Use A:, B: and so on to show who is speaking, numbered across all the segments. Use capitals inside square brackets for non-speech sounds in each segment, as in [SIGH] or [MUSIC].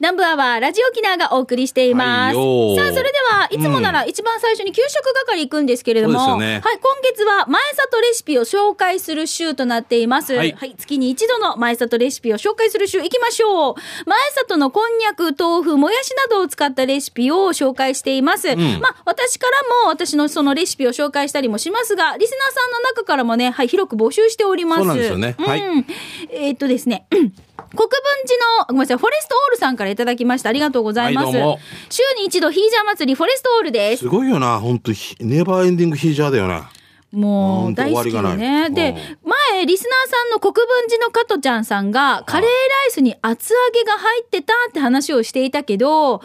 A: 南部アワーラジオキナがお送りしています。
B: はいよー
A: さあ、それでは、いつもなら一番最初に給食係行くんですけれども、
B: そうですよね
A: はい、今月は前里レシピを紹介する週となっています。は、
B: はいい
A: 月に一度の前里レシピを紹介する週行きましょう。前里のこんにゃく、豆腐、もやしなどを使ったレシピを紹介しています。
B: ん
A: まあ、私からも私のそのレシピを紹介したりもしますが、リスナーさんの中からもね、はい、広く募集しております。
B: そうなんですよね
A: うん
B: はい
A: えーっとですね。国分寺の、ごめんなさい、フォレストオールさんからいただきました。ありがとうございます。
B: はいどうも
A: 週に一度ヒージャー祭りフォレストオールです。
B: すごいよな、本当ひネバーエンディングヒージャーだよな。
A: も
B: ほ
A: うん
B: と
A: 大
B: 終
A: 好
B: わ
A: き
B: り
A: で
B: がな
A: ね。
B: い
A: で、前、リスナーさんの国分寺の加トちゃんさんが、カレーライスに厚揚げが入ってたって話をしていたけど、オー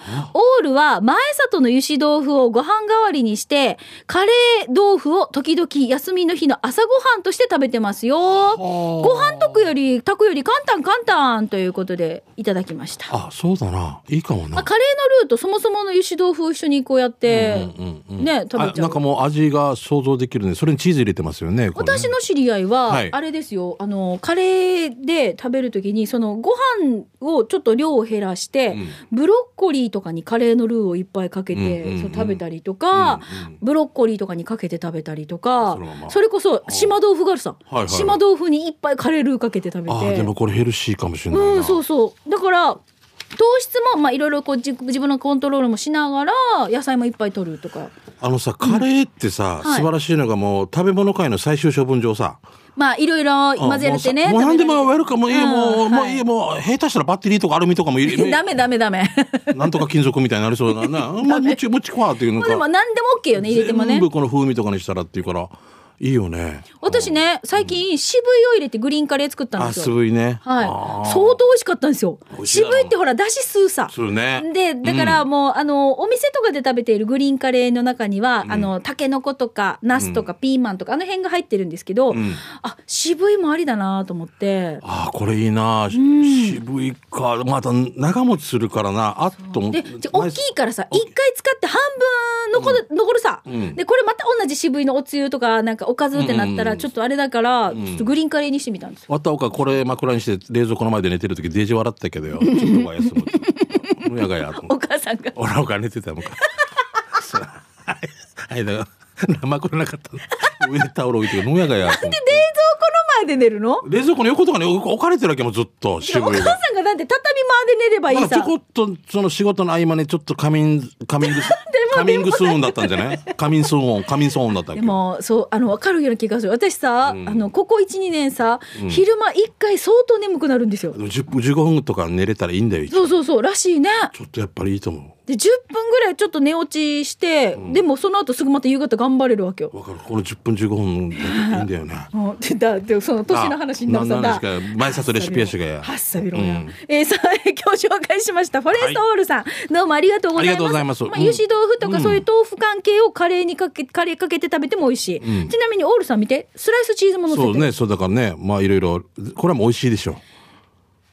A: ルは前里の油脂豆腐をご飯代わりにして、カレー豆腐を時々休みの日の朝ご飯として食べてますよ。ご飯とくより、炊くより簡単簡単ということでいただきました。
B: あ、そうだな。いいかも
A: まあ、
B: な。
A: カレーのルーとそもそもの油脂豆腐を一緒にこうやって、
B: うんうんうん
A: ね、食べ
B: あ
A: ちゃ
B: な
A: うん
B: か。もう味が想像できるね。それにチーズ入れてますよね。これね
A: 私の知り合いは、
B: はい
A: あれですよあのカレーで食べるときにそのご飯をちょっと量を減らして、
B: うん
A: ブロッコリーとかにカレーのルーをいっぱいかけて、
B: うんうんうん
A: そう食べたりとか、
B: うんうん
A: ブロッコリーとかにかけて食べたりとかそ
B: そのまま
A: れこそ島豆腐があるさ、
B: はいはい
A: 島豆腐にいっぱいカレールーかけて食べ
B: あ
A: て
B: ー、でもこれヘルシーかもしれないな。
A: うん、そうそう。だから、糖質も、まあ、いろいろこう自自分のコントロールもしながら、野菜もいっぱい取るとか。
B: あのさ、カレーってさ、
A: うんはい
B: 素晴らしいのがもう食べ物界の最終処分場さ。
A: まあ、いろいろ
B: うん
A: 混ぜれてね。
B: もうさもう何でもウェ
A: る
B: ルカもいいよ、もう、もういいよ、もう、下手したらバッテリーとかアルミとかも
A: [LAUGHS]
B: いる。
A: ダメダメダメ。 [LAUGHS]
B: なんとか金属みたいになりそうだな。まあ、もち、もちこわっていうの
A: まあ、でも
B: か。
A: 何でも OK よね、入れてもね
B: 全。部この風味とかにしたらっていうから、いいよね。
A: 私ね、最近渋いを入れてグリーンカレー作ったん
B: あ、
A: です
B: す
A: よ。
B: ごいね。
A: はい
B: あ。ー
A: 相当美味しかったんですよ
B: 美。味しいだろ
A: 渋いってほら、だし吸うさ。
B: するね。
A: で、だからもう、あの、お店とかで食べているグリーンカレーの中には、あの、タケノコとか、ナスとか、ピーマンとか、あの辺が入ってるんですけど、
B: ん
A: あ、渋いもありだなと思って。
B: ああ、これいいな。渋いか。また長持ちするからな。あっと思っ
A: で、
B: て。
A: じゃ大きいからさ、一回使って半分残る、残るさ。
B: うん
A: で、これまた同じ渋いのおつゆとか、なんかおかずってなった
B: うんうんう
A: ら、
B: ん
A: ちょっとあれだから、ちょっとグリーンカレーにしてみたんですよ。
B: わたおかこれ枕にして冷蔵庫の前で寝てる時デージ笑ってたけどよ。ちょっとお前休 [LAUGHS] むって。むやがやと思
A: お
B: って。
A: 母さんが。
B: 俺お金寝て
A: [LAUGHS]
B: たもんか。そうはいはい、だから、生これなかったの。上にタオル置いてる。むやがやと思って。
A: 冷蔵庫の前で寝るの
B: 冷蔵庫の横とかに置かれてるわけもうずっ
A: お
B: と
A: 母
B: 渋い
A: さ
B: が。
A: んがだって畳間で寝ればいい
B: まあ、ち
A: さ
B: ょ。こっとその仕事の合間にちょっと
A: [LAUGHS]
B: 仮眠仮眠
A: も
B: 仮眠グスーンだったんじゃない仮眠スーン音仮眠スーンだったっけ
A: でも、そう、あの、わかるような気がする。私さ、あの、ここ1、2年さ、昼間一回相当眠くなるんですよ。
B: 10分15分とか寝れたらいいんだよ。ちょ
A: そうそうそう、らしいね。
B: っとやっぱりいいと思
A: で、10分ぐらいちょっと寝落ちして、でもその後すぐまた夕方頑張れるわけよ。
B: う。。わかる。この10分15分だけいいんだよね
A: もうでだでその年の話になるさだ
B: あななんですか前里レシピやしがや
A: はっさびろや、
B: うん
A: えーさあ [LAUGHS] 今日紹介しましたフォレストオールさん、どうもありがとうございます
B: ありがとうございます
A: あ、
B: うん
A: 油脂豆腐とかそういう豆腐関係をカレーにかけカレーかけて食べても美味しい、
B: ん
A: ちなみにオールさん見てスライスチーズも乗せて
B: そ
A: る
B: うね、そうだからね、まあいろいろ、これはもう美味しいでしょ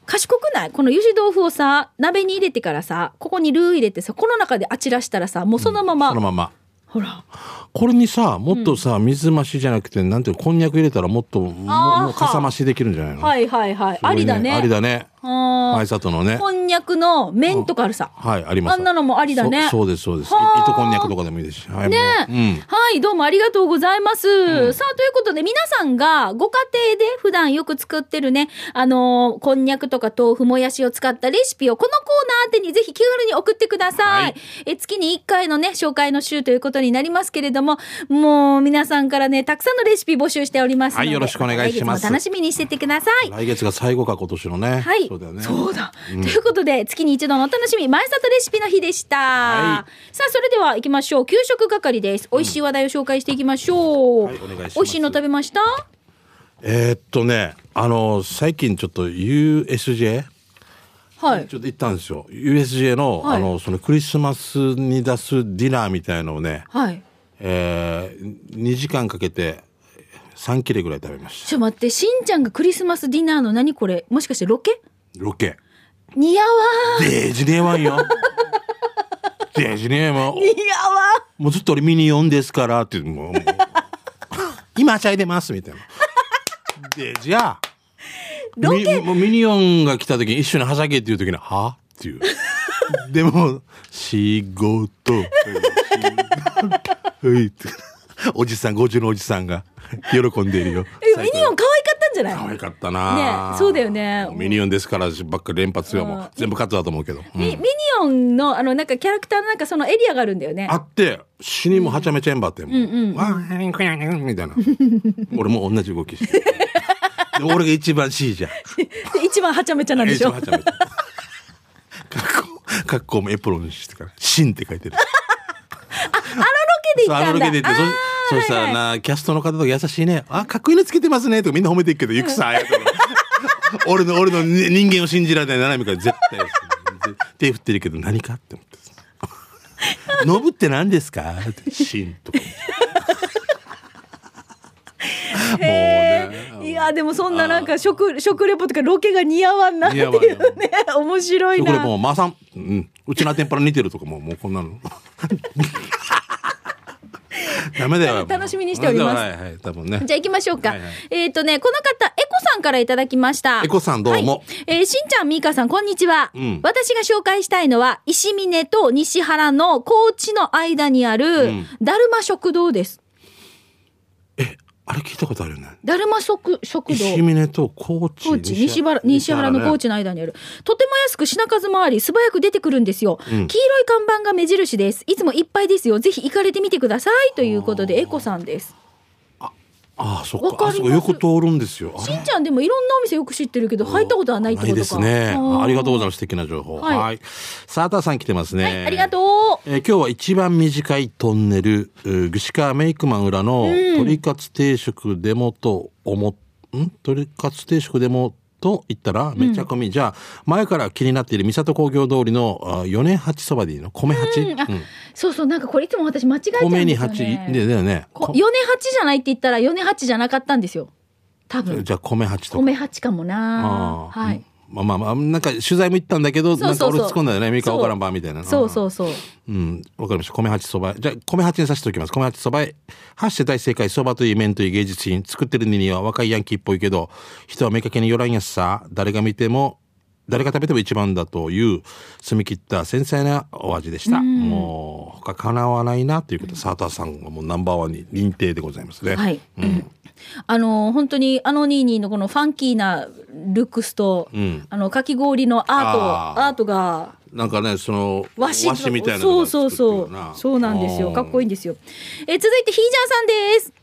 A: 賢くないこの油脂豆腐をさ鍋に入れてからさここにルー入れてさこの中であちらしたらさもうそのまま、
B: そのまま。
A: ほら
B: これにさ、もっとさ、水増しじゃなくて、なんていうのこんにゃく入れたらもっと、も
A: あー
B: もうかさ増しできるんじゃないの
A: はいはいはい、
B: すご
A: あ
B: い
A: りだね
B: ありだね。
A: あー
B: 前里のね。
A: こんにゃくの麺とかあるさ、
B: はい、あります。
A: あんなのもありだね
B: そそうです、そうです。い
A: はあ
B: 糸こんにゃくとかでもいいですし。はい、
A: ね
B: もううん。
A: はい、どうもありがとうございます。さあ、ということで、皆さんがご家庭で普段よく作ってるね、あのーこんにゃくとか豆腐、もやしを使ったレシピを、このコーナー宛てにぜひ気軽に送ってください。
B: はい
A: え月に1回のね、紹介の週ということになりますけれども、もう皆さんからね、たくさんのレシピ募集しておりますので、
B: はいよろしくお願いしま
A: 来
B: す
A: 月も楽しみにしててください。
B: 来月が最後か、今年のね。
A: はい。
B: そうだよね。
A: そうだということで、月に一度のお楽しみ、前里レシピの日でした。
B: は
A: さあ、それでは行きましょう。給食係です。美味しい話題を紹介していきましょう。
B: はいお願いします
A: 美味しいの食べました
B: えーっとね、あの、最近ちょっと USJ?
A: はい。
B: ちょっと行ったんですよ。USJ の、
A: はい
B: あの、そのクリスマスに出すディナーみたいのをね、
A: はい。
B: えー、2時間かけて3切れぐらい食べまし
A: ちょっと待って、しんちゃんがクリスマスディナーの何これもしかしてロケ
B: た。ロケ。
A: 似合わ
B: デージねえわ
A: [LAUGHS]
B: んよ。デージねえわん [LAUGHS]
A: ん。。似合わん。
B: もうずっと俺ミニ4ですからっていうもうもう今はしゃいでますみたいな。でじゃあ
A: ロ
B: ミもうミニオンが来た時に一緒にはしゃげっていう時に「は?」っていうでも仕事はいおじさん50のおじさんが喜んでいるよ
A: えミニオン可愛かったんじゃない
B: 可愛かったな、
A: ねそうだよね
B: ミニオンですからばっかり連発はも
A: うん
B: う全部カットだと思うけど、うん
A: ミミニオンのあのなんかキャラクターのなんかそのエリアがあるんだよね
B: あって死にもはちゃめちゃエンバーってもう、わーんこやねんみたい [LAUGHS] な俺も同じ動きしてるで俺が一番 C じゃん
A: で一番はちゃめちゃなんでしょ
B: 一番はちゃめちゃ格好格好もエプロンにしてから「シン」って書いてる
A: あのロケで行
B: そう
A: っ
B: あ
A: た
B: の
A: ん
B: ロ
A: だ
B: ケで行って
A: あー
B: そそしたらなキャストの方とか優しいねあかっこいいのつけてますねとかみんな褒めていくけどゆくさあ [LAUGHS] やとの俺の俺のね人間を信じられない斜めから絶対ぜ手振ってるけど何かって思ってさノブって何ですか?」って「シン」とかもうね
A: いやでもそんななんか食食レポとかロケが似合わんなっていう
B: 似合わ
A: ね面白い
B: これ
A: な
B: もうまあさん、うん、うちの天ぷら似てるとかももうこんな [LAUGHS] のダメだよ
A: 楽しみにしております
B: はいはい多分ね
A: じゃあ行きましょうか、
B: はいはい
A: えっ、とねこの方エコさんからいただきました
B: エコさんどうも、
A: えーしんちゃん、みーかさん、こんにちは。
B: うん
A: 私が紹介したいのは、石峰と西原の高知の間にある、
B: ん
A: だるま食堂です。
B: えあれ聞いたことあるよね
A: だるま食食堂。
B: 石峰と高知
A: 高知西原西原の高
B: 知
A: 知の間にある、とても安く品数もあり素早く出てくるんですよ、
B: うん
A: 黄色い看板が目印ですいつもいっぱいですよぜひ行かれてみてくださいということでエコさんです
B: ああそ
A: わ
B: っ
A: かり
B: かあ
A: ます
B: そこよく通るんですよあ
A: し
B: れ
A: んちゃんでもいろんなお店よく知ってるけど入ったことはないってこ
B: な
A: と
B: い
A: か
B: ですねあありがとうござい
A: ま
B: ます素敵な情
A: は
B: 報はいいサーターさん来てますね、
A: はいありがとう
B: えー今日は一番短いトンネルうー串川メイクマン裏の鶏カツ定食でもと思っ、ん鶏カツ定食でもと言ったらめっちゃ込み、じゃあ前から気になっている三郷工業通りのあ米八そばでいいの米八、
A: うんあ
B: うん
A: そうそうなんかこれいつも私間違えちゃうん
B: 米に
A: ですよ
B: 八
A: ね
B: でだよね
A: こ
B: こ
A: 米八じゃないって言ったら米八じゃなかったんですよ多分
B: じゃあ米八とか
A: 米八かもな
B: ああ
A: はい
B: まあまあまあ、なんか取材も行ったんだけど、
A: そう
B: な
A: ん
B: か
A: そうそう
B: 俺突っ込んだよね。ミカオカランバーみたいな。。
A: そうそううそう
B: うん。わかりました。米八そば。じゃあ、米八にさせておきます。米八そばへ。発して大正解。そばという麺という芸術品。作ってるには若いヤンキーっぽいけど、人は見かけによらんやすさ。誰が見ても、誰が食べても一番だという、澄み切った繊細なお味でした。もう、他かなわないなということで、サーターさんがもうナンバーワンに認定でございますね。
A: はい、あの本当にあのニーニーのこのファンキーなルックスと、
B: ん
A: あのかき氷のアート
B: あー
A: アートが
B: なんかね、その、
A: 和紙
B: 和紙みたいな
A: そ
B: の
A: う
B: が作
A: そ
B: っ
A: う
B: てる
A: そ
B: よ
A: う
B: な
A: そうなんですよかっこいいん
B: うん
A: ですよえー続いてヒージャーさんです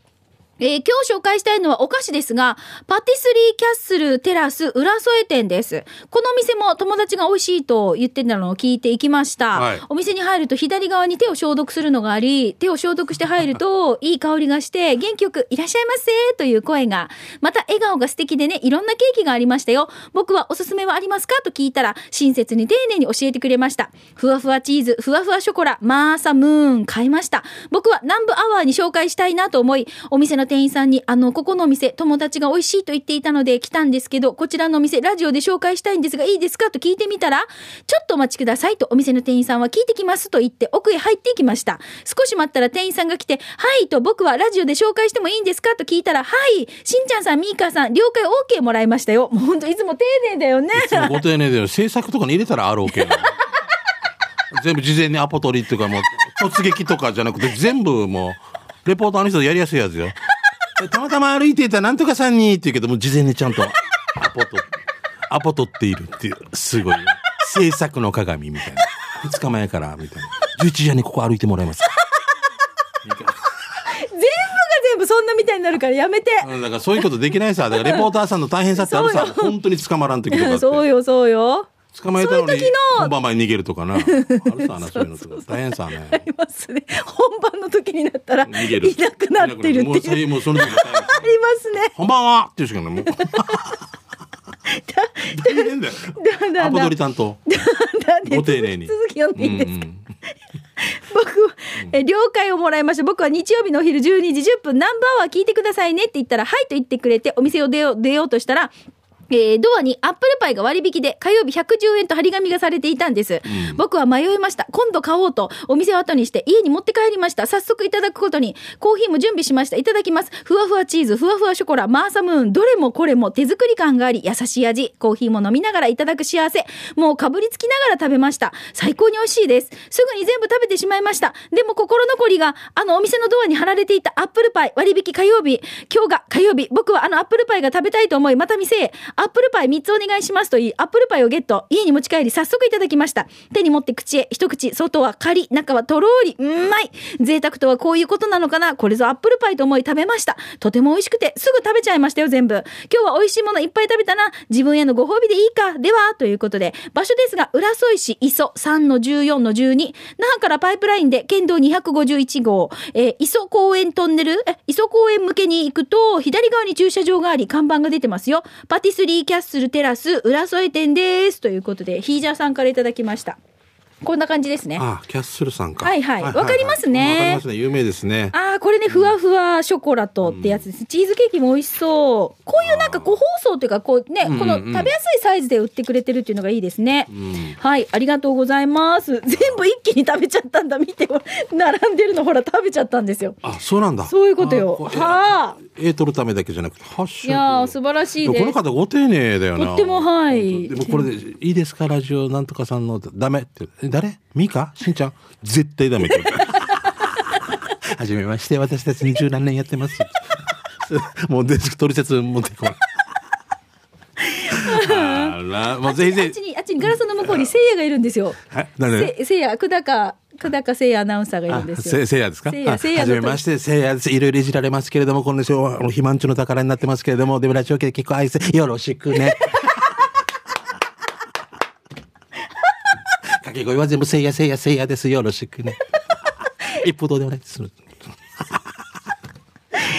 A: えー今日紹介したいのはお菓子ですが、パティスリーキャッスルテラス浦添店です。このお店も友達が美味しいと言ってたのを聞いていきました。
B: はい
A: お店に入ると左側に手を消毒するのがあり、手を消毒して入るといい香りがして、元気よくいらっしゃいませという声が。また笑顔が素敵でね、いろんなケーキがありましたよ。僕はおすすめはありますかと聞いたら、親切に丁寧に教えてくれました。ふわふわチーズ、ふわふわショコラ、マーサムーン買いました。僕は南部アワーに紹介したいなと思い、お店の店員さんに、あの、ここのお店、友達が美味しいと言っていたので来たんですけど、こちらのお店、ラジオで紹介したいんですが、いいですかと聞いてみたら、ちょっとお待ちくださいとお店の店員さんは聞いてきますと言って奥へ入っていきました。少し待ったら店員さんが来て、はいと僕はラジオで紹介してもいいんですかと聞いたら、はい、しんちゃんさん、みーかーさん、了解 OK もらいましたよ。もう本当いつも丁寧だよね。
B: いつもご丁寧だよ。制作とかに入れたらあるわ
A: [LAUGHS]
B: けよ。全部事前にアポ取りとかもう突撃とかじゃなくて全部もうレポーターの人やりやすいやつよ。 [LAUGHS] えたまたま歩いていたなんとかさんにって言うけどもう事前にちゃんとアポ取アポ取っているっていうすごい制作の鏡みたいな2日前からみたいな11時にここ歩いてもらえますか
A: 全部が全部そんなみたいになるからやめて。
B: うんだからそういうことできないさだからレポーターさんの大変さってあるさ
A: そうよ
B: 本当に捕まらん時とかあって
A: そうよ、そうよ。
B: 捕まえたの
A: そういう
B: に
A: 時の
B: 本番前に逃げるとかな。あるさなそういうのとか大変さ
A: あ
B: ね。
A: りますね。本番の時になったら、い
B: 逃げる。
A: なくなってるって
B: もう
A: いう。
B: 最もうその時も大変さ
A: ありますね。
B: 本番はっていうしかない。もう
A: [LAUGHS]
B: 大変だよ。
A: だだだ
B: アポ取り担当。
A: だね
B: ご丁寧に
A: 続き続き読んでいいですか、
B: うん
A: 僕はえ了解をもらいました僕は日曜日のお昼12時10分ナンバーは聞いてくださいねって言ったら「はい」と言ってくれてお店を出よう出ようとしたらえードアにアップルパイが割引で火曜日110円と張り紙がされていたんです、僕は迷いました今度買おうとお店を後にして家に持って帰りました早速いただくことにコーヒーも準備しましたいただきますふわふわチーズふわふわショコラマーサムーンどれもこれも手作り感があり優しい味コーヒーも飲みながらいただく幸せもうかぶりつきながら食べました最高に美味しいですすぐに全部食べてしまいましたでも心残りがあのお店のドアに貼られていたアップルパイ割引火曜日今日が火曜日僕はあのアップルパイが食べたいと思いまた店へアップルパイ3つお願いしますと言いアップルパイをゲット家に持ち帰り早速いただきました手に持って口へ一口外はカリ中はとろーりうまい贅沢とはこういうことなのかなこれぞアップルパイと思い食べましたとても美味しくてすぐ食べちゃいましたよ全部今日は美味しいものいっぱい食べたな自分へのご褒美でいいかではということで場所ですが浦添市磯3の14の12那覇からパイプラインで県道251号、えー磯公園トンネルえ磯公園向けに行くと左側に駐車場があり看板が出てますよパティスリーキャッスルテラス浦添店ですということでヒージャーさんからいただきましたこんな感じですね
B: ああキャッスルさんか
A: はいはいわかりますね
B: わかりますね有名ですね
A: ああ、これね、ふわふわショコラとってやつです。チーズケーキも美味しそう。こういうなんか個包装というか、こうね、
B: うんうん
A: この食べやすいサイズで売ってくれてるっていうのがいいですね。はい、ありがとうございます。全部一気に食べちゃったんだ。見て、ほら並んでるのほら食べちゃったんですよ。
B: あそうなんだ
A: そういうことよ。
B: ああ
A: はあ。
B: こええ取るためだけじゃなくて発
A: い
B: 祥
A: やー、素晴らしい
B: でも
A: で
B: この
A: す。
B: 方ご丁寧だよな
A: とってもはい
B: でもこれで「いいですかラジオなんとかさんのダメ」って「え誰ミカしんちゃん絶対ダメ」って言われた [LAUGHS] はじめまして私たち二十何年やってます [LAUGHS] もうデスク取説持って [LAUGHS] こないあらもうぜひ
A: あ
B: ぜ
A: っち
B: ひ
A: に、あっちにガラスの向こうに聖夜がいるんですよ。
B: はいなんで
A: せせいや、久高、久高聖夜アナウンサーがいるん
B: あ
A: です
B: せ
A: よ。
B: せいやですか
A: せいや
B: あ
A: せいや
B: は
A: の
B: じめまして、せいやです。いろいろいじられますけれども、この人はあの肥満中の宝になってますけれども、デブラチオケで結構愛せ、よろしく
A: [LAUGHS]
B: ね。掛け声は全部せいやせいやせいやです。よろしくね。一歩どうでもないです。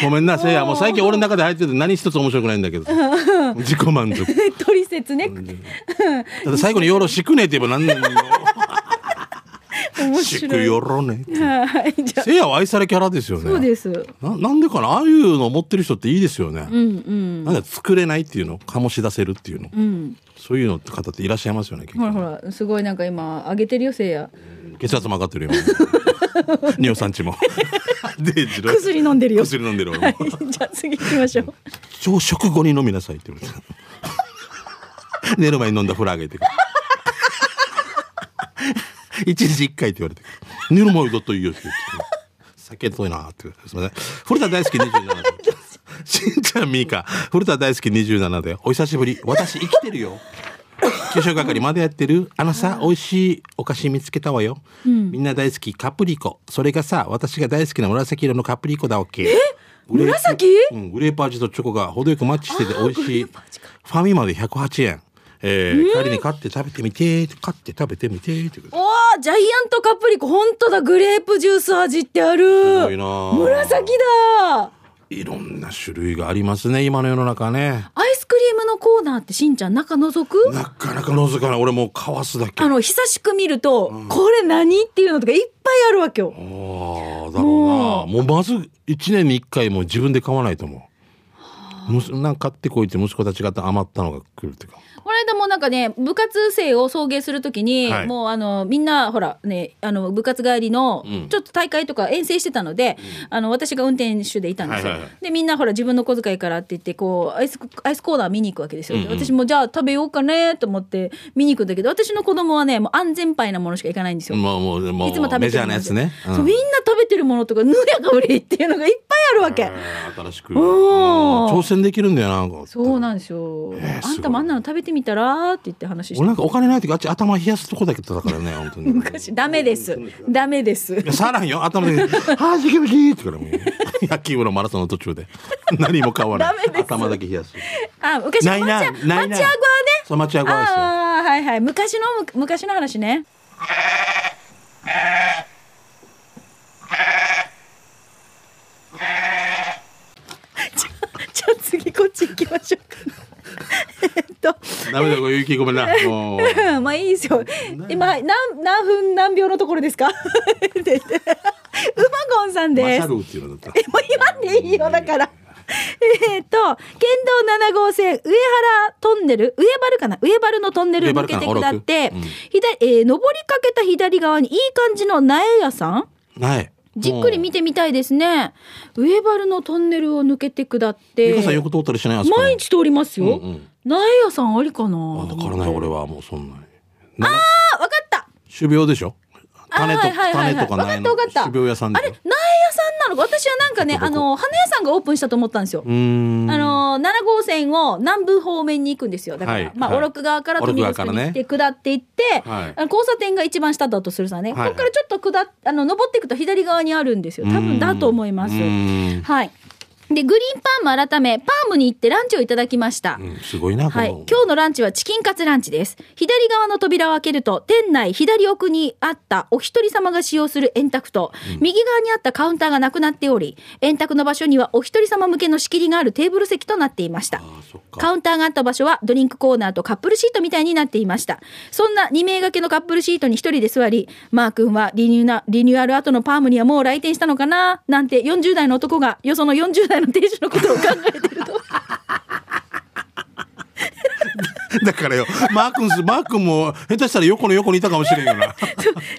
B: ごめ
A: [LAUGHS]
B: んな、せいや。もう最近俺の中で入ってて何一つ面白くないんだけど。
A: [LAUGHS]
B: 自己満足。
A: トリセツね。
B: ただ最後によろしくねって言えば何なの
A: 面
B: し
A: 白
B: く
A: い。
B: よろねって。
A: はい、じゃあ、
B: せいやは愛されキャラですよね。
A: そうです。
B: ななんでかなああいうの持ってる人っていいですよね。なんか作れないっていうの醸し出せるっていうの、そういうのって方っていらっしゃいますよね結
A: ほら
B: 構
A: ほら、すごいなんか今、上げてるよ、せいや。
B: 血圧も上がっ
A: [LAUGHS]
B: てるよ今尿酸値も [LAUGHS] で治療
A: 薬飲んでるよ。
B: 薬飲んでる、
A: はい、じゃあ次行きましょう。
B: 朝食後に飲みなさいって言われて寝る前に飲んだフラあげて一日一回って言われて寝る前だといいよって言って酒遠いなって言われてすみません古田大好き27でしんちゃんみーか古田大好き27でお久しぶり私生きてるよ給食係まだやってるあのさ美味しいお菓子見つけたわよ、みんな大好きカプリコそれがさ私が大好きな紫色のカプリコだわけえ
A: 紫
B: うん、グレープ味とチョコが程よくマッチしてて美味しい。ファミマで108円。えー、帰りに買って食べてみてー、買って食べてみてーってこと。
A: おージャイアントカプリコ、本当だ、グレープジュース味ってある。
B: ごいなー
A: 紫だ。
B: いろんな種類がありますね、今の世の中ね。
A: アイスクリームのコーナーってしんちゃん中覗く
B: なかなか覗かない。俺もうかわすだけ。
A: あの、久しく見ると、これ何っていうのとかいっぱいあるわけよ。
B: ああ、だろうな。もうまず1年に1回もう自分で買わないと思う。むすなんか買ってこいって息子たちが余ったのが来るっていうか。
A: この間もなんかね、部活生を送迎するときに、
B: はい
A: もうあの、みんな、ほら、ね、あの、部活帰りの
B: うん、
A: ちょっと大会とか遠征してたので、あの、私が運転手でいたんですよ。
B: はいはいはい
A: で、みんなほら、自分の小遣いからって言って、こう、アイス、アイスコーナー見に行くわけですよ。で
B: うんうん
A: 私もじゃあ食べようかねと思って見に行くんだけど、私の子供はね、もう安全牌なものしか行かないんですよ。
B: まあもう、も
A: いつも
B: う
A: 食
B: メ
A: べ
B: ジ
A: て
B: ャー
A: るもので
B: なやつね。うん
A: そうみんな食べてるものとか、ぬやかぶりっていうのがいっぱいあるわけ。
B: えー新しく
A: おー
B: 挑戦できるんだよななんか
A: そうなんですよ。
B: えーすご
A: あ
B: い
A: んたもあんなの食べてみたらって言って話して
B: 俺なんかお金ない時あっち頭冷やすとこだけだからね本当に
A: [LAUGHS] 昔ダメです。ダメです。
B: いやさらんよ頭で「 [LAUGHS] はあじけぶし」ってからもう
A: [LAUGHS]
B: 野球部のマラソンの途中で何も変わらな
A: ダメ
B: い
A: です
B: 頭だけ冷
A: [LAUGHS]
B: やす
A: あ、昔
B: ない
A: のマ
B: な
A: チャ
B: ない
A: マ
B: な
A: チャグ
B: そうマチアゴ
A: ア
B: ア
A: ね。
B: ですよ
A: ああ、はいはい。昔の、む昔の話ね。じゃあ次こっち行きましょうか。えっと。
B: ダメだよこれゆきごめ
A: [LAUGHS]
B: んなもう
A: まあいいですよ。今何何分何秒のところですか？って言ってウマゴンさん
B: マシ
A: です
B: ャ。ルっていうのだった
A: えもう言わんでいいよだから。えーっと、県道7号線、上原トンネル、上原かな上原のトンネルを抜けて
B: 上原か
A: 下
B: な
A: って、
B: うん
A: 左、えー上りかけた左側にいい感じの苗屋さん
B: はい。
A: じっくり見てみたいですね。上原のトンネルを抜けて下っ
B: ゆ
A: て
B: かさん、よく通ったりしないあそこ
A: 毎日通りますよ。
B: うんうん
A: 苗屋さんありかな
B: あ
A: わ
B: だからね、俺はもうそんなに。な
A: あ、わかった
B: 種苗でしょ
A: あ
B: 種と、
A: はいはいはいはい
B: 種とかないの
A: わかったわかった
B: 種苗屋さんで
A: あ
B: し
A: れ、
B: ょ
A: 苗屋さんなのか私はなんかね、
B: どこ
A: あの、花屋さんがオープンしたと思ったんですよ。
B: うーん。
A: あのー、7号線を南部方面に行くんですよ。だから、
B: はい
A: まあ、
B: はい
A: 小六川から
B: 小
A: 富
B: 六
A: 士
B: 川
A: ス
B: から
A: に
B: ね
A: 来て下って行って、
B: はい
A: あの交差点が一番下だとするさね、
B: はいはい
A: ここからちょっと下っあの、登っていくと左側にあるんですよ。多分だと思います
B: う。ーん
A: はい。で、グリーンパーム改め、パームに行ってランチをいただきました。
B: うんすごいな、こ
A: はい、
B: の
A: 今。日のランチはチキンカツランチです左側の扉を開けると店内左奥にあったお一人様が使用する円卓と、右側にあったカウンターがなくなっており円卓の場所にはお一人様向けの仕切りがあるテーブル席となっていました
B: あそっか。
A: カウンターがあった場所はドリンクコーナーとカップルシートみたいになっていました。そんな2名掛けのカップルシートに1人で座り、マー君はリニューなリニューアル後のパームにはもう来店したのかななんて40代の男がよその40代の亭主のことを考えてると。
B: だからよ、マー君す、マー君も、下手したら横の横にいたかもしれんよな。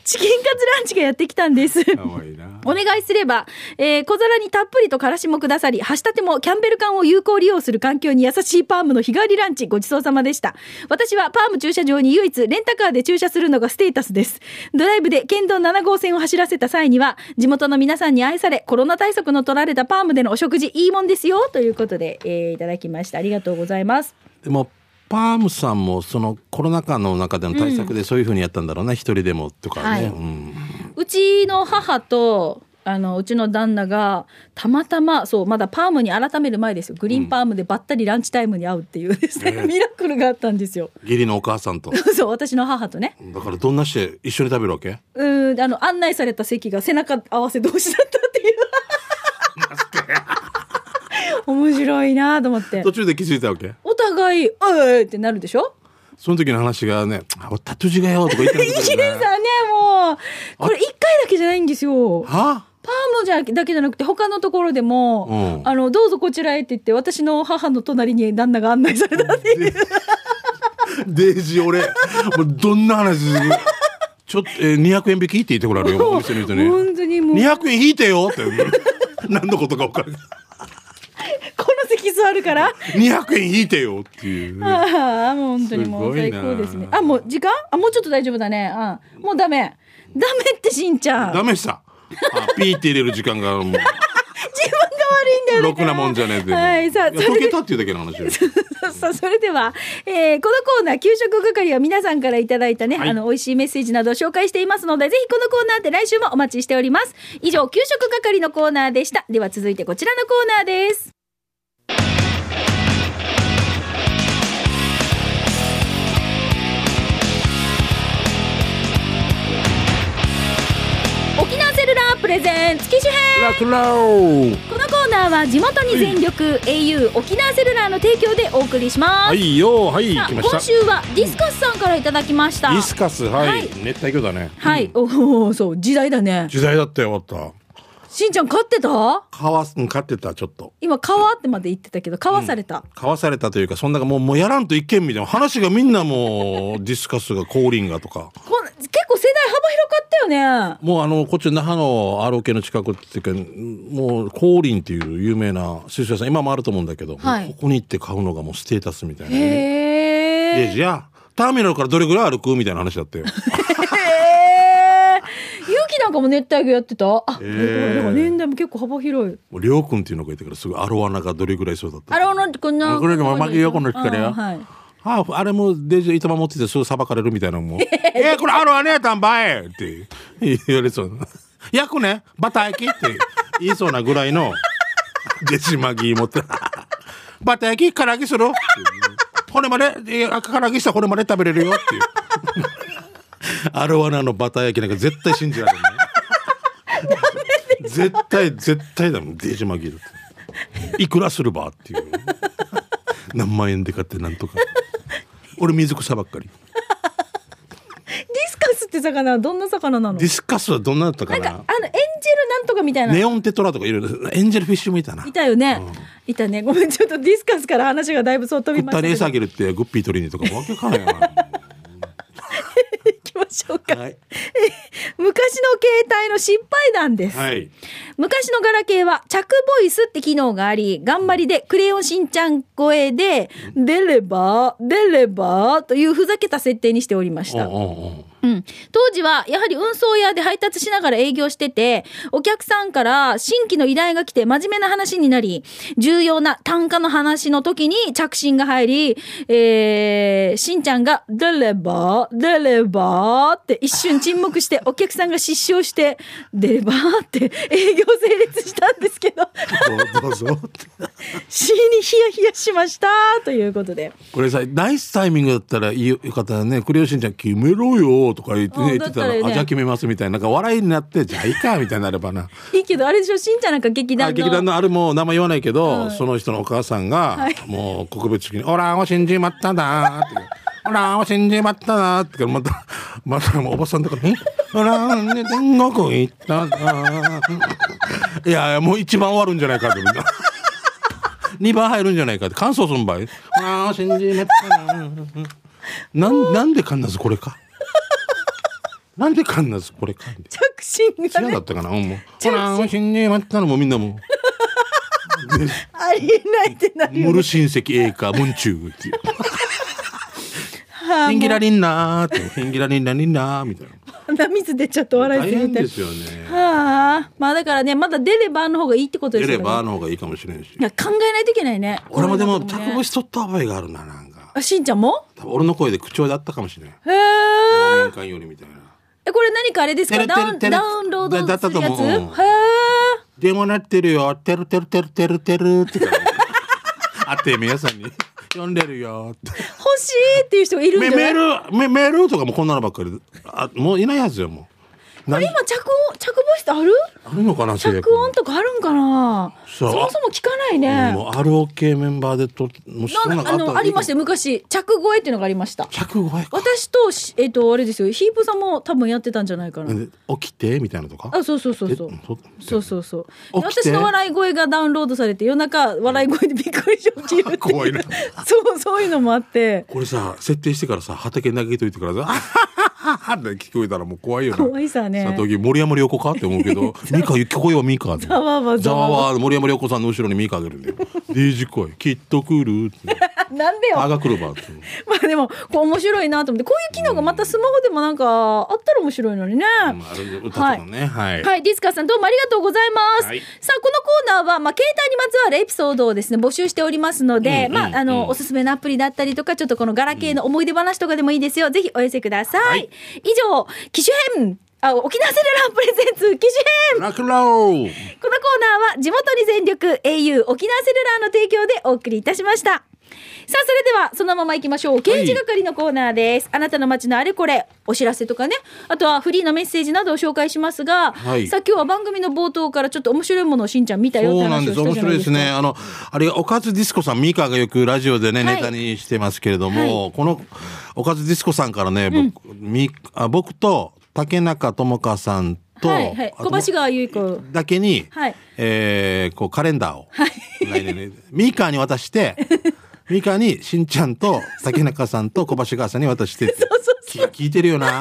A: チキンカツランチがやってきたんです。
B: かわいいな。
A: お願いすれば、えー小皿にたっぷりとからしもくださり、箸立てもキャンベル缶を有効利用する環境に優しいパームの日替わりランチ、ごちそうさまでした。私はパーム駐車場に唯一レンタカーで駐車するのがステータスです。ドライブで県道7号線を走らせた際には、地元の皆さんに愛され、コロナ対策の取られたパームでのお食事、いいもんですよ、ということで、えーいただきました。ありがとうございます。
B: でもパームさんもそのコロナ禍の中での対策でそういうふうにやったんだろうな、一人でもとかね、
A: はい
B: うん
A: うちの母とあのうちの旦那がたまたまそうまだパームに改める前ですよグリーンパームでばったりランチタイムに会うって [LAUGHS] いうですね、ミラクルがあったんですよ。
B: 義理のお母さんと
A: そう私の母とね
B: だからどんなして一緒に食べるわけ
A: うーんあの案内された席が背中合わせ同士だったっていう面白いなと思って
B: 途中で気づいたわけ
A: お互い「おいおい」ってなるでしょ
B: その時の話がね「あ俺タトゥージがよ」とか言ってなか
A: [LAUGHS]
B: った
A: ヒ
B: けど
A: デ
B: ね
A: さんねもうこれ1回だけじゃないんですよ。
B: は
A: パームじゃだけじゃなくて他のところでも、
B: うん
A: あのどうぞこちらへって言って私の母の隣に旦那が案内されたっていう
B: デイジー俺もうどんな話するちょっと、えー、200円引きって言ってこられるよお店の人に
A: 本当 [LAUGHS] にもうこ
B: 200円引いてよって [LAUGHS] 何のことか分からない
A: の席座るから
B: 200円引いてよっていうね、
A: ああもう本当にもう
B: すご
A: 最
B: いな
A: 高ですねあもう時間あもうちょっと大丈夫だねあもうダメダメってしんちゃん自
B: ダメしたあピーって入れる時間がもう
A: [LAUGHS] 分が悪いんだよ
B: ろくなもんじゃねえでも
A: はいさあ
B: い
A: そ
B: や
A: れ
B: 溶
A: で
B: けたっていうだけの話よ
A: [LAUGHS] さあそれでは、えーこのコーナー給食係は皆さんからいただいたね、
B: はい
A: あの美味しいメッセージなどを紹介していますのでぜひこのコーナーで来週もお待ちしております以上給食係のコーナーでしたでは続いてこちらのコーナーです沖縄セルラープレゼン月主編
B: ラクラー
A: このコーナーは地元に全力 au 沖縄セルラーの提供でお送りします、
B: はいよはい
A: さあ
B: 来ました
A: 今週はディスカスさんからいただきました
B: ディスカスはい、
A: はい
B: 熱帯魚だね
A: はい、おおそう時代だね
B: 時代だったよわった
A: しんちゃん飼ってた
B: かわすうん飼ってたちょっと
A: 今川ってまで言ってたけど川された、
B: かわされたというかそんなもうもうやらんといけんみたいな話がみんなもうディスカスがコーリンガとか
A: こん結構世代幅広かったよね
B: もうあのこっちの那覇の ROK の近くっていうかもうコーリンっていう有名な水産屋さん今もあると思うんだけど、
A: はい
B: もうここに行って買うのがもうステータスみたいなね
A: へ
B: レ
A: え
B: ジやターミナルからどれぐらい歩くみたいな話だったよ
A: へえ勇気なんかも熱帯魚やってたあ、
B: へー
A: だから年代も結構幅広い
B: もうりょうくんっていうのがいたからすごいアロアナがどれぐらいそうだった
A: あれはなんてこんな
B: これでも負けよこの人からよ
A: うんはい
B: あああれもデジ板持っててすぐさばかれるみたいなのもえーこれアロアナやったんばいって言われそうな焼くねバター焼きって言いそうなぐらいのデジマギー持ってバター焼き唐揚げする骨までえー唐揚げしたら骨まで食べれるよっていうアロアナのバター焼きなんか絶対信じられない絶対絶対だもんデジマギーだっていくらするばっていう何万円で買ってなんとか俺水草ばっかり
A: ディスカスって魚はどんな魚なの
B: ディスカスはどんなだったかな
A: あのエンジルなんとかみたいな。
B: ネオンテトラとかいろいろエンジェルフィッシュもいたない
A: たよね、いたね。ごめん、ちょっとディスカスから話がだいぶそう飛
B: 食
A: び
B: っ
A: ました
B: た
A: け
B: レ
A: ど。
B: ースあげるってグッピー取りにとかわけわからんやな
A: 行きましょうか。[LAUGHS]
B: [LAUGHS] はい
A: 昔の携帯の失敗談です。
B: はい
A: 昔のガラケーは着ボイスって機能があり、頑張りでクレヨンしんちゃん声で、出れば、出れば、というふざけた設定にしておりまし
B: お
A: た
B: う。おうおう
A: うん、当時はやはり運送屋で配達しながら営業しててお客さんから新規の依頼が来て真面目な話になり重要な単価の話の時に着信が入り、えー、しんちゃんが「出れば出れば」って一瞬沈黙してお客さんが失笑して「出れば」って営業成立したんですけど [LAUGHS]
B: どうどうぞ
A: 死にヒヤヒヤしましたということで。
B: これさナイスタイミングだったらいいよかったね「クレヨンしんちゃん決めろよ」とか言って,、
A: う
B: ね、
A: ん
B: 言ってた
A: だったら
B: ら「
A: ね
B: あじゃあ決めます」みたいななんか笑いになって「じゃあいいか」みたいになればな
A: いいけどあれでしょしんちゃんなんか劇団
B: あ
A: の
B: 劇団のあれも名前言わないけど、
A: うん
B: その人のお母さんが、
A: はい
B: もう告別式に「オラを信じまったな」って「オラを信じまったな」ってまたまたもうおばさんだからね「オラをね天国行ったな」 [LAUGHS] いやもう一番終わるんじゃないかってみんな [LAUGHS] 二番入るんじゃないかって感想するんばい「オラを信じまった [LAUGHS] な」なんなんでかんなずこれかなんでかんなずこれか
A: 着信
B: 知
A: が
B: らん
A: ね
B: かったかな、うんもう。
A: ち
B: ほ
A: ょ
B: ら、もう死んじまったのもうみんなも
A: ありえないってな
B: う、
A: るよ
B: ム
A: ね
B: ル親戚ええか、ムンチューっていう。
A: はあ
B: ヒンギラリンナーって、ヒンギラリンナリンナーみたいな。
A: 鼻水出ちゃって笑い
B: 大
A: すぎ
B: 変
A: て
B: ですよね。
A: はあまあだからねまだ出ればの方がいいってことで
B: 出
A: すよ
B: れ
A: ね
B: ばの方がいいかもしれんし
A: い。や考えないといけないね
B: 俺もでも、
A: こういうの
B: 着
A: とかね
B: 星取った覚えがあるな、なんか。
A: あしんちゃんも
B: 多分俺の声で口調だったかもしれん。
A: へえ
B: 民間よりみたいな。
A: えこれ何かあれです
B: て
A: か
B: るて
A: ダ
B: る
A: ウン
B: てる
A: ダウンロードする
B: だ
A: や
B: だったと思
A: つ
B: う
A: へ
B: うん電話なってるよ、てるてるてるてるてるって。あって、皆さんに。呼んでるよって。
A: え欲しいっていう人がいるんじ
B: メ
A: ゃな
B: メ
A: い
B: ールメメールとかもこんなのばっかりであもういないはずよもう
A: これ
B: 何
A: 今着音着ボイスってある
B: あるのかな制約
A: 着音とかあるんかなそう
B: そ
A: もそも聞かないね
B: もう ROK メンバーでともうそ
A: なん
B: の
A: かあのありましたよ昔着声っていうのがありました
B: 105か
A: 私としえっ、とあれですよヒープさんも多分やってたんじゃないかな
B: で起きてみたいなのとか
A: あそうそうそうそう
B: えそ
A: そうそうそう
B: 起きて
A: 私の笑い声がダウンロードされて夜中笑い声でびっくりして起きるっていう
B: 怖いな
A: [LAUGHS] そうそういうのもあって
B: これさ設定してからさ畑投げといてからさ「あはははは」って聞こえたらもう怖いよな
A: 怖いさね
B: さ時森山良子かって思うけど「ミカ聞こえよミカ」って
A: ざわわ
B: ざ
A: ざ
B: わ
A: わ
B: わ森山良子さんの後ろにミカあげるんだよ「デイジ来いきっと来る」って
A: [LAUGHS] なんで
B: 「あ
A: よ
B: が来るば」って。
A: まあでもこう面白いなと思ってこういう機能がまたスマホでもなんかあったら面白いのにね、
B: まあ、あれ歌とかね、はい。
A: はい、ディスカスさんどうもありがとうございます。
B: はい
A: さあ、このコーナーは、まあ、携帯にまつわるエピソードをですね、募集しておりますので、
B: うんうんうん
A: まあ、あの、おすすめのアプリだったりとか、ちょっとこのガラケーの思い出話とかでもいいですよ。ぜひお寄せください。
B: はい
A: 以上、機種編、あ、沖縄セルラープレゼンツ、機種編
B: ラクロー。
A: このコーナーは地元に全力 au 沖縄セルラーの提供でお送りいたしました。さあ、それではそのまま行きましょう。刑事係のコーナーです。あなたの街のあれこれ、お知らせとかね、あとはフリーのメッセージなどを紹介しますが、
B: はい
A: さあ今日は番組の冒頭からちょっと面白いものをしんちゃん見たよって
B: そうなん
A: 話
B: で
A: をし
B: す。
A: た
B: 面
A: じゃな
B: 白
A: い
B: いで
A: ですすか。
B: ね。あの、あれ、おかずディスコさん、ミカがよくラジオでね、
A: はい
B: ネタにしてますけれども、
A: は
B: この、おかずディスコさんからね、僕、みあ僕と、竹中智香さんと、
A: はいはい。
B: あと
A: 小橋川由衣子。
B: だけに、
A: はい
B: えーこうカレンダーを、来年ねミーカーに渡
A: [LAUGHS]
B: して、ミーカーにしんちゃんと竹中さんと小橋川さんに渡してって
A: [LAUGHS] そうそう
B: き聞いてる
A: [LAUGHS]
B: よな。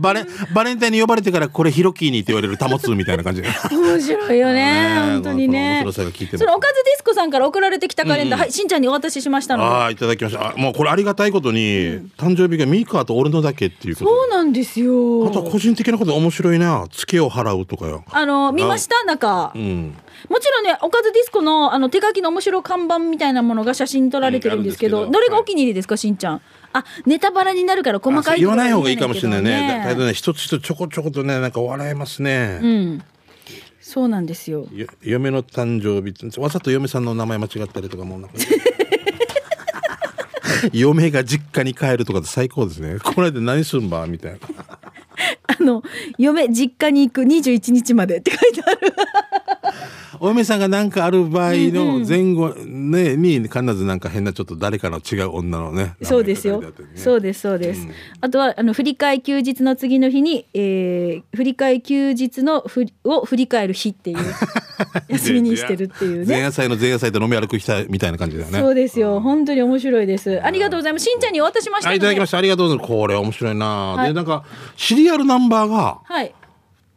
B: バレバレンタインに呼ばれてからこれヒロキーにって言われる保つみたいな感じ。
A: 面白いよね
B: ね
A: 本当にね
B: この面白さが効いてます
A: そのおかずディスコさんから送られてきたカレンダー、はいしんちゃんにお渡ししましたので
B: ああいただきました。あもうこれありがたいことに、誕生日がミーカーと俺のだけっていうこ
A: そうなんですよ
B: と。あとは個人的なこと面白いな。ツケを払うとかよ。
A: あの見ました中、
B: うん。
A: もちろんね、おかずディスコのあの手書きの面白看板みたいなものが写真撮られてるんですけ
B: うんあ
A: ど、
B: るんです
A: ど
B: けど
A: れがお気に入りですか、しんちゃん。あ、ネタバラになるから細かい
B: 言わ
A: ところ
B: ない
A: は
B: 方がいいかもしれない
A: け
B: ね。
A: ど
B: だだいたいね一つ一つちょこちょことねなんか笑えますね。
A: うん。そうなんですよ。
B: よ嫁の誕生日わざと嫁さんの名前間違ったりとかもうなんか
A: [LAUGHS]
B: 嫁が実家に帰るとかって最高ですねこの間何すんばみたいな
A: あの、嫁、実家に行く21日までって書いてある。
B: お嫁さんが何かある場合の前後、ね、に必ずなんか変なちょっと誰かの違う女のね
A: そうですよ
B: 名前が書いてあって。ね
A: そうです、そうです。あとは、あの、振り替え休日の次の日に、えー振り替え休日のふりを振り返る日
B: [LAUGHS]
A: っていう、休みにしてるっていう
B: 前
A: ね。
B: 夜祭の前夜祭と飲み歩く人みたいな感じだよね
A: そうですよ。本当に面白いです。ありがとうございます。しんちゃんにお渡しました
B: あ
A: の
B: いただきましたありがとうございますこれ面白いな、
A: はい
B: でなんかシリアルナンバーが
A: はい。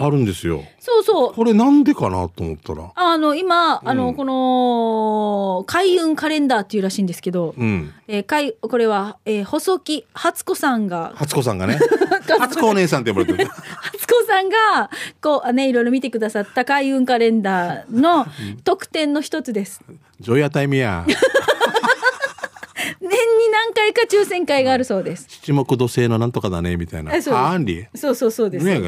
B: あるんですよ
A: そうそう。
B: これなんでかなと思ったら
A: あの、今、あの、この、開運カレンダーっていうらしいんですけど、
B: うん
A: えー、開これは、えー細木初子さんが、
B: 初子さんがね
A: [LAUGHS]
B: 初子お姉さんって呼ばれてる
A: 初子さんが、こう、ね、いろいろ見てくださった開運カレンダーの特典の一つです。
B: ジョイアタイミヤ
A: 年に何回か抽選会があるそうです。
B: 七目土星のなんとかだねみたいな
A: えそうです
B: あアンリ
A: そうそうそうです。
B: ね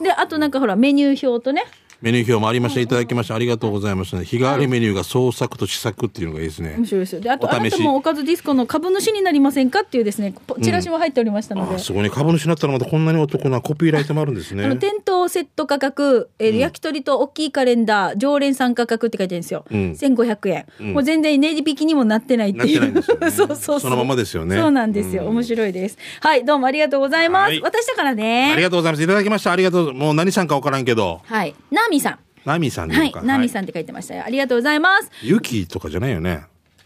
A: で、あとなんかほら、メニュー表とね、
B: メニュー表もありましたいただきましたありがとうございました日替わりメニューが創作と試作っていうのがいいですね
A: 面白いですよ。で、あと、
B: お試し
A: あなたもおかずディスコの株主になりませんかっていうですね、ポチラシも入っておりましたので。
B: あすごいね株主になったらまたこんなにお得なコピーライトもあるんです
A: あの
B: ね
A: 店頭セット価格、えー焼き鳥と大きいカレンダー常連さん価格って書いてあるんですよ、
B: ん
A: 1500円、もう全然値引きにもなってないっていう
B: なってないんですよね
A: [LAUGHS] そうそうそう
B: そのままですよね
A: そうなんですよ、面白いですはいどうもありがとうございます、
B: はい
A: 私だからね
B: ありがとうございますいただきましたありがとうもう何さんかわからんけど
A: はいナミさ
B: ナミさ
A: ん
B: んでいい
A: は
B: の
A: い
B: か
A: ナミさんって書いてましたよありがとうございます
B: ユキとかじゃないよね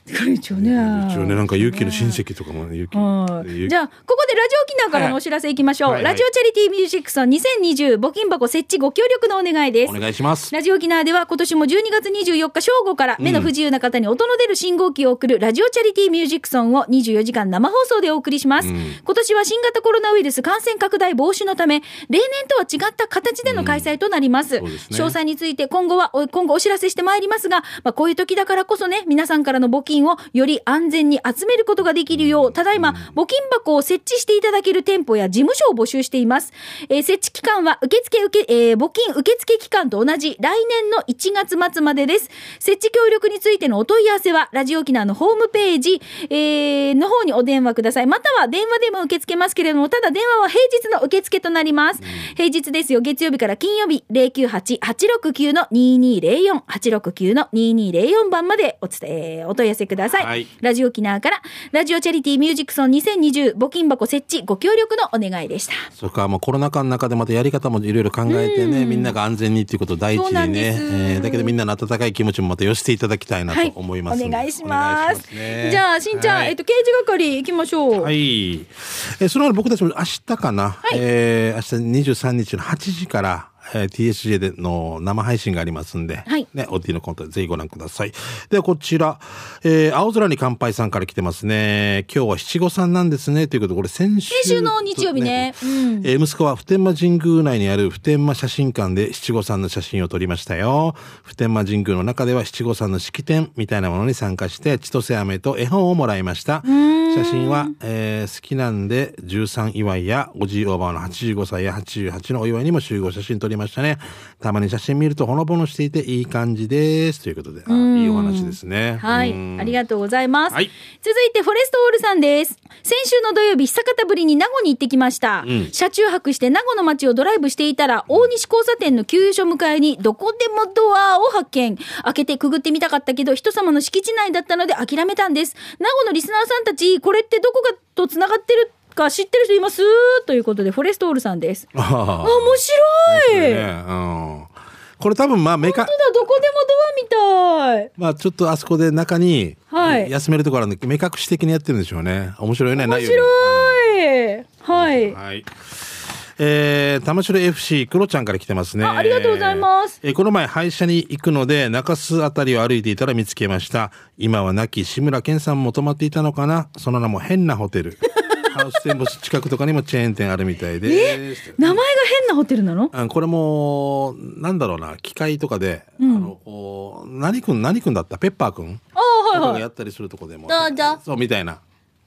A: これ一応ね
B: 一応ねなんかユキの親戚とかもねユキ
A: はい
B: ユキ
A: じゃあ、ここでラジオ沖縄からのお知らせいきましょう。
B: はいはい
A: ラジオチャリティーミュージックソン2020募金箱設置ご協力のお願いです
B: お。願いします
A: ラジオ沖縄では今年も12月24日正午から目の不自由な方に音の出る信号機を送るラジオチャリティーミュージックソンを24時間生放送でお送りします。今年は新型コロナウイルス感染拡大防止のため、例年とは違った形での開催となります。
B: そうです
A: 詳
B: ね
A: 細について今後は、お今後お知らせしてまいりますが、まあこういう時だからこそね、皆さんからの募金をより安全に集めることができるよう、ただいま、募金箱を設置していただける店舗や事務所を募集しています。えー設置期間は受付受け、えー募金受付期間と同じ来年の1月末までです。設置協力についてのお問い合わせは、ラジオ沖縄のホームページ、えーの方にお電話ください。または電話でも受け付けますけれども、ただ電話は平日の受付となります。平日ですよ、月曜日から金曜日、098-869-2204、869-2204番までお伝ええーお問い合わせください。
B: はい
A: ラジオ沖縄から、ラジオチャリティーミュージックソン2020募金箱設置ご協力のお願いでした。
B: それからもうコロナ禍の中でまたやり方もいろいろ考えてね、みんなが安全にっていうことを第一
A: そう
B: に
A: なんで
B: ね、
A: す
B: えーだけどみんなの温かい気持ちもまた寄せていただきたいなと思います
A: お
B: んで、
A: 願いします。
B: お願いしますね
A: じゃあ、しんちゃん、
B: はい
A: えっと、刑事係行きましょう。
B: はい。えーその後僕たちも明日かな、えー明日23日の8時から、えー TSJ での生配信がありますんで、
A: はい
B: ね、OT のコントぜひご覧ください。ではこちら、えー青空に乾杯さんから来てますね。今日は七五三なんですね、ということで、これ先週。
A: 先週の日曜日ねうん
B: えー息子は普天間神宮内にある普天間写真館で七五三の写真を撮りましたよ。普天間神宮の中では七五三の式典みたいなものに参加して、千歳飴と絵本をもらいました。写真は、えー好きなんで13祝いや、おじいおばあの85歳や88のお祝いにも集合写真撮りましたね。たまに写真見るとほのぼのしていていい感じです。ということで、あいいお話ですね。
A: はい
B: うん、
A: ありがとうございます。
B: はい
A: 続いてフォレストオールさんです。先週の土曜日、久方ぶりに名護に行ってきました。車中泊して名護の街をドライブしていたら、大西交差点の給油所迎えに、どこでもドアを発見。開けてくぐってみたかったけど、人様の敷地内だったので諦めたんです。名護のリスナーさんたち、これってどこかと繋がってるか知ってる人いますということで、フォレストオールさんです。
B: あは
A: あ、
B: は
A: 面白い、
B: ねうんこれ多分まあメーカー
A: ただ、どこでもドアみたい。
B: まあちょっとあそこで中に、
A: はい
B: 休めるところあるんで目隠し的にやってるんでしょうね面白いね
A: 面
B: 内容
A: 白い。はい。
B: はいえー、玉城 FC クロちゃんから来てますね
A: あありがとうございます
B: えーこの前廃車に行くので中洲あたりを歩いていたら見つけました今は亡き志村けんさんも泊まっていたのかなその名も変なホ
A: [LAUGHS]
B: テルハウステンボス近くとかにもチェーン店あるみたいです
A: 名前が変なホテルなの
B: あこれも、なんだろうな、機械とかで、あの、こう、何君、何君だったペッパー君
A: あ
B: と
A: あ
B: か
A: はい
B: が
A: はい
B: やったりするとこでも。
A: どうぞ
B: そう、みたいな。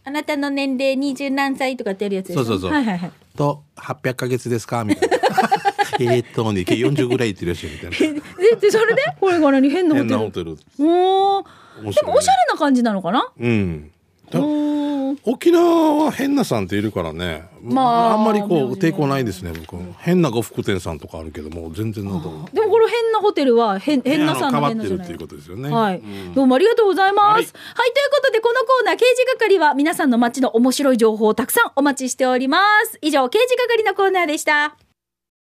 A: あなたの年齢二十何歳とかってやるやつでし
B: そ
A: ょ
B: うそうそう。
A: はいはいはい
B: と、800ヶ月ですかみ
A: [LAUGHS]
B: たいな。えーっと、ね、計40ぐらいいってるらしいみたいな。
A: えででそれで [LAUGHS] これからに変なホ
B: 変
A: テ
B: な
A: ル
B: ホテル。
A: おお、
B: 面白いね
A: でもおしゃれな感じなのかな
B: うん。
A: おお
B: 沖縄は変なさんっているからね、
A: ま
B: ま
A: あ
B: あ、あんまりこう
A: 名字は
B: 抵抗ないですね僕変な呉服店さんとかあるけども全然なんとも
A: でもこの変なホテルは変変なさん
B: ね
A: の
B: あの
A: 変
B: 変
A: な
B: わっ
A: じゃ
B: てる
A: な
B: っていう
A: い
B: ことですよね、
A: はい、
B: うん
A: どうもありがとうございます。は、
B: はいい
A: ということでこのコーナー刑事係は皆さんの街の面白い情報をたくさんお待ちしております。以上刑事係のコーナーでした。